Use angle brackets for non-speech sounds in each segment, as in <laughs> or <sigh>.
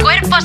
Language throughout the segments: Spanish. Cuerpos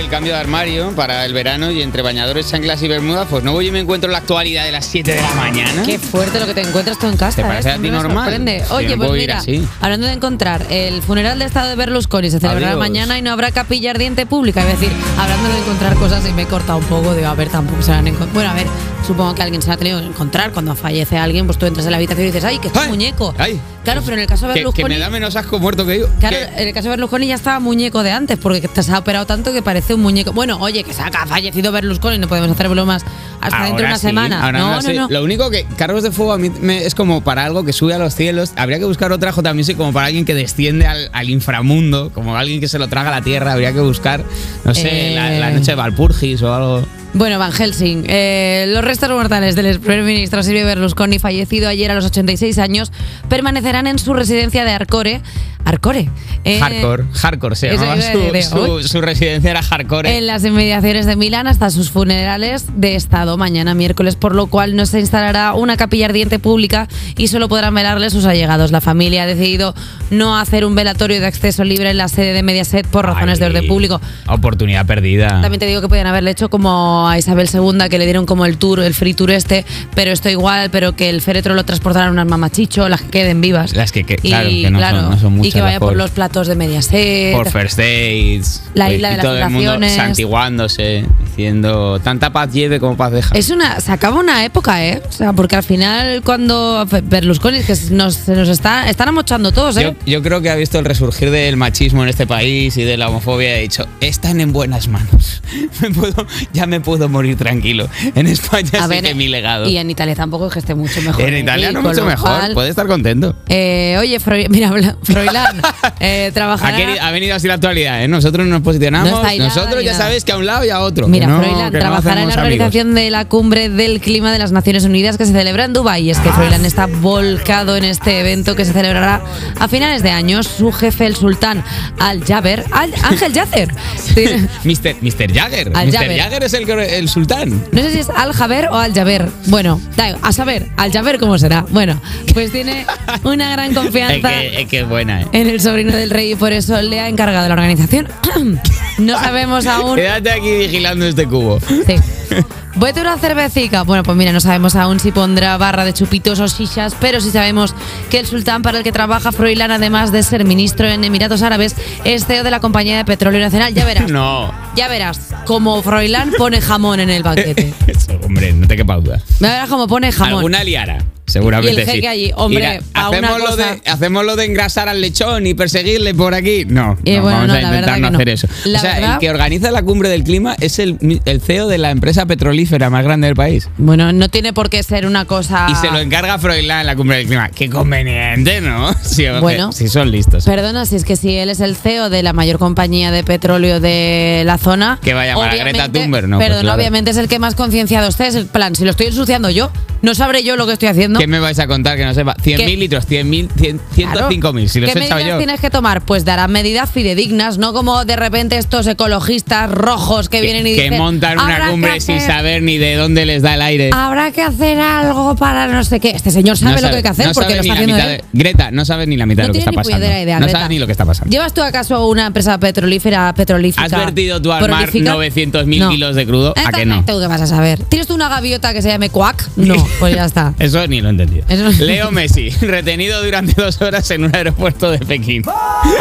el cambio de armario para el verano y entre bañadores, chanclas y bermudas, pues no voy y me encuentro la actualidad de las 7 de la mañana. Qué fuerte lo que te encuentras tú en casa. Ah. ¿Te parece ¿eh? a ti Siempre me normal? sorprende. Sí, Oye, no pues puedo ir mira, así. hablando de encontrar, el funeral de estado de Berlusconi se celebrará Adiós. mañana y no habrá capilla ardiente pública. Es decir, hablando de encontrar cosas y me he cortado un poco, digo, a ver, tampoco se han encontrado. Bueno, a ver, supongo que alguien se ha tenido que encontrar. Cuando fallece alguien, pues tú entras en la habitación y dices, ¡ay, que es un ¡Ay! muñeco! ¡Ay! Claro, pero en el caso de Que, que Berlusconi. me da menos asco muerto que yo. Claro, eh, Que- en el caso de Berlusconi ya estaba muñeco de antes, porque te se ha operado tanto que parece un muñeco. Bueno, oye, que se ha ha fallecido Berlusconi, no podemos hacer bromas hasta dentro de Ahora una sí, semana. ahora no, no no, sé. no. Lo único que Carros de Fuego a mí me- es como para algo que sube a los cielos. Habría que buscar otra J Music como para alguien que desciende al, al inframundo, como alguien que se lo traga a la tierra. Habría que buscar, no sé, Eh. la, la noche de Valpurgis o algo. Bueno, Van Helsing, eh, los restos mortales del ex primer ministro Silvio Berlusconi, fallecido ayer a los 86 años, permanecerán en su residencia de Arcore. Arcore. eh, hardcore, hardcore se eso llamaba iba a su, decir, su- uy. su residencia era hardcore. En las inmediaciones de Milán hasta sus funerales de Estado mañana miércoles, por lo cual no se instalará una capilla ardiente pública y solo podrán velarle sus allegados. La familia ha decidido no hacer un velatorio de acceso libre en la sede de Mediaset por razones de Ay, orden público. Oportunidad perdida. También te digo que podían haberle hecho como a Isabel II, que le dieron como el tour, el free tour este, pero esto igual, pero que el féretro lo transportaran unas mamachicho, las que queden vivas. Las que que- claro, que no son- no son y muchas que vaya las por pobres. los platos de Mediaset. por first dates. La y- isla de y las todo el mundo tentaciones. santiguándose, diciendo tanta paz lleve como paz deja. Es una, se acaba una época, ¿eh? O sea, porque al final cuando Berlusconi, que nos, se nos está, están amochando todos, Yo, <laughs> ¿eh? yo creo que ha visto el resurgir del machismo en este país y de la homofobia y ha dicho, están en buenas manos. <laughs> Me puedo- ya me puedo morir tranquilo. En España A sigue ver, mi legado. Y en Italia tampoco es que esté mucho mejor. en ¿eh? Italia Y no con mucho lo mejor. pues. cual- Puede estar contento. Eh, oye, Froi- mira, habla- <laughs> Froilán, eh, Ha, trabajará... queri- ha venido así la actualidad, ¿eh? Nosotros nos posicionamos. No está aislada nosotros ni ya nada. sabes que a un lado y a otro. Mira, que no- Froilán que no trabajará en la hacemos amigos. organización de la cumbre del clima de las Naciones Unidas que se celebra en Dubái. Y Es que Ah, Froilán está volcado en este evento que se celebrará a finales de año. Su jefe, el sultán Al Jaber, Al Ángel Yacer. Sí. Mister, Mr. Jagger. Al Mr. Jagger. Jagger es el, que- el sultán. No sé si es Al Jaber o Al Jaber. Bueno, da igual, a saber, Al Jaber cómo será. Bueno, pues tiene una gran Es confianza que, es que es <laughs> buena, ¿eh? en el sobrino del rey y por eso le ha encargado la organización. <clears throat> No <laughs> sabemos aún. Quédate aquí vigilando este cubo. Sí. <laughs> Vete una cervecica. Bueno, pues mira, no sabemos aún si pondrá barra de chupitos o shishas, pero sí sabemos que el sultán para el que trabaja Froilán, además de ser ministro en Emiratos Árabes, es CEO de la Compañía de Petróleo Nacional. Ya verás. <laughs> <laughs> No. Ya verás como Froilán pone jamón en <laughs> el banquete. Eso, hombre, no te quepa duda. Ya verás cómo pone jamón. Alguna liara. Seguramente Y el jeque sí. allí, hombre, pa' una hacemos, lo de, cosa- hacemos lo de engrasar al lechón y perseguirle por aquí. No, Eh, no, bueno, vamos no, a la intentar verdad no que no. hacer eso. La o sea, verdad- el que organiza la cumbre del clima es el, el CEO de la empresa petrolífera más grande del país. Bueno, no tiene por qué ser una cosa. Y se lo encarga Froilán en la cumbre del clima. Qué conveniente, ¿no? <laughs> Si, Bueno. si son listos. Perdona, si es que si él es el CEO de la mayor compañía de petróleo de la zona. Que va a llamar a obviamente- Greta Thunberg, ¿no? Pues Perdona, claro. obviamente es el que más concienciado está. Es el plan, si lo estoy ensuciando yo, no sabré yo lo que estoy haciendo. ¿Qué me vais a contar que no sepa? 100.000 ¿Qué? litros, 100.000, 100, Claro. 105.000. Si los ¿Qué he echado medidas yo. tienes que tomar? Pues darás medidas fidedignas, no como de repente estos ecologistas rojos que, vienen y que dicen. montan "Habrá una que cumbre sin hacer- saber ni de dónde les da el aire. Habrá que hacer algo para no sé qué. Este señor sabe No lo que hay que hacer no porque sabe lo ni está la haciendo mitad él. de- Greta, no sabes ni la mitad de lo que tiene está ni pasando. puñetera idea, no Greta. sabes ni lo que está pasando. ¿Llevas tú acaso una empresa petrolífera, petrolífica? ¿Has vertido tú al mar prolífica? 900.000 No. kilos de crudo? ¿A Esta- que no? ¿Tú qué vas a saber? ¿Tienes tú una gaviota que se llame Quack? No, pues <laughs> ya está. Eso ni lo he entendido. Eso- Leo Messi, <laughs> retenido durante dos horas en un aeropuerto de Pekín. <laughs>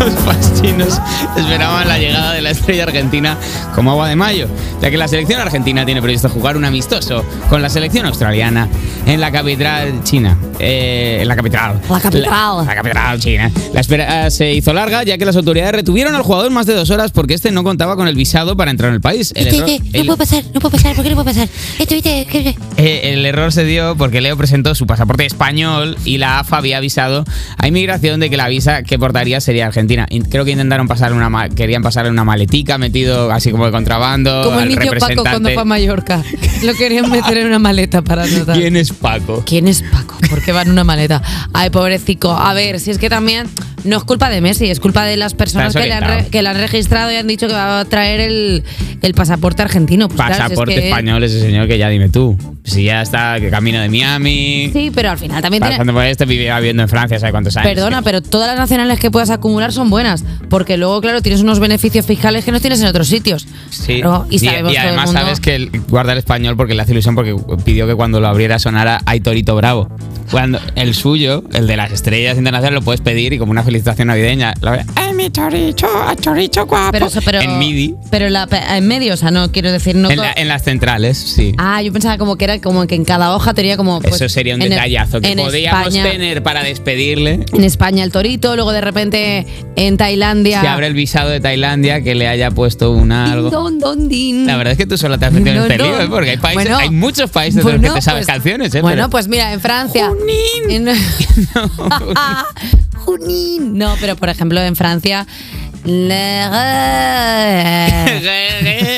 Los fans chinos esperaban la llegada de la estrella argentina como agua de mayo, ya que la selección argentina tiene previsto jugar un amistoso con la selección australiana en la capital china. Eh, en la capital. La capital. La, la capital china. La espera eh, se hizo larga, ya que las autoridades retuvieron al jugador más de dos horas porque este no contaba con el visado para entrar en el país. El Este, error- este, no el- puedo pasar, no puedo pasar, ¿por qué no puedo pasar? Este, viste, jefe. eh, el error se dio porque Leo presentó su pasaporte español y la AFA había avisado a inmigración de que la visa que portaría sería argentina. Y creo que intentaron pasar una ma- querían pasarle una maletica metido así como de contrabando Como el al niño Paco cuando Oh, representante. fue a Mallorca. Lo querían meter en una <laughs> maleta para notar. ¿Quién es Paco? ¿Quién es Paco? ¿Por qué va en una maleta? Ay, pobrecito. A ver, si es que también No es culpa de Messi, es culpa de las personas Estás que le, han orientado. re- que le han registrado y han dicho que va a traer el, el pasaporte argentino. Pues claro, si es Pasaporte que- español ese señor que ya dime tú. Si ya está, que camina de Miami. Sí, pero al final también tiene, Pasando por este vivía viviendo en Francia, ¿sabe cuántos años? Perdona, pero todas las nacionales que puedas acumular son buenas, porque luego, claro, tienes unos beneficios fiscales que no tienes en otros sitios. Sí. Claro, y, y, sabemos y todo el además mundo- sabes que el- guarda el español porque le hace ilusión porque pidió que cuando lo abriera sonara Hay Torito Bravo. Cuando el suyo, el de las estrellas internacionales, lo puedes pedir y como una felicitación navideña. lo ve, ¡Ay, mi torito, ay, torito guapo! Pero, eso- pero- en MIDI. Pero la, en medio, o sea, no quiero decir no. en, to- la- en las centrales, sí. Ah, yo pensaba como que era como que en cada hoja tenía como. pues, Eso sería un en el- detallazo que en podríamos España- tener para despedirle. En España el torito, luego de repente en Tailandia. Se abre el visado de Tailandia que le haya puesto una Din, algo. don, don, din. La verdad es que tú solo te has metido No, en este no. lío, ¿eh? porque hay países, Bueno, hay muchos países de los bueno, que te sabes pues- canciones, ¿eh? Bueno, Pero- pues mira, en Francia. Junín. En- <laughs> Junín. No, pero por ejemplo, en Francia. <laughs> le-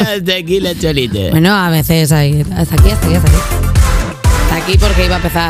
Hasta aquí la cholita. Bueno, a veces hay. Hasta aquí, hasta aquí, hasta aquí. Hasta aquí porque iba a empezar.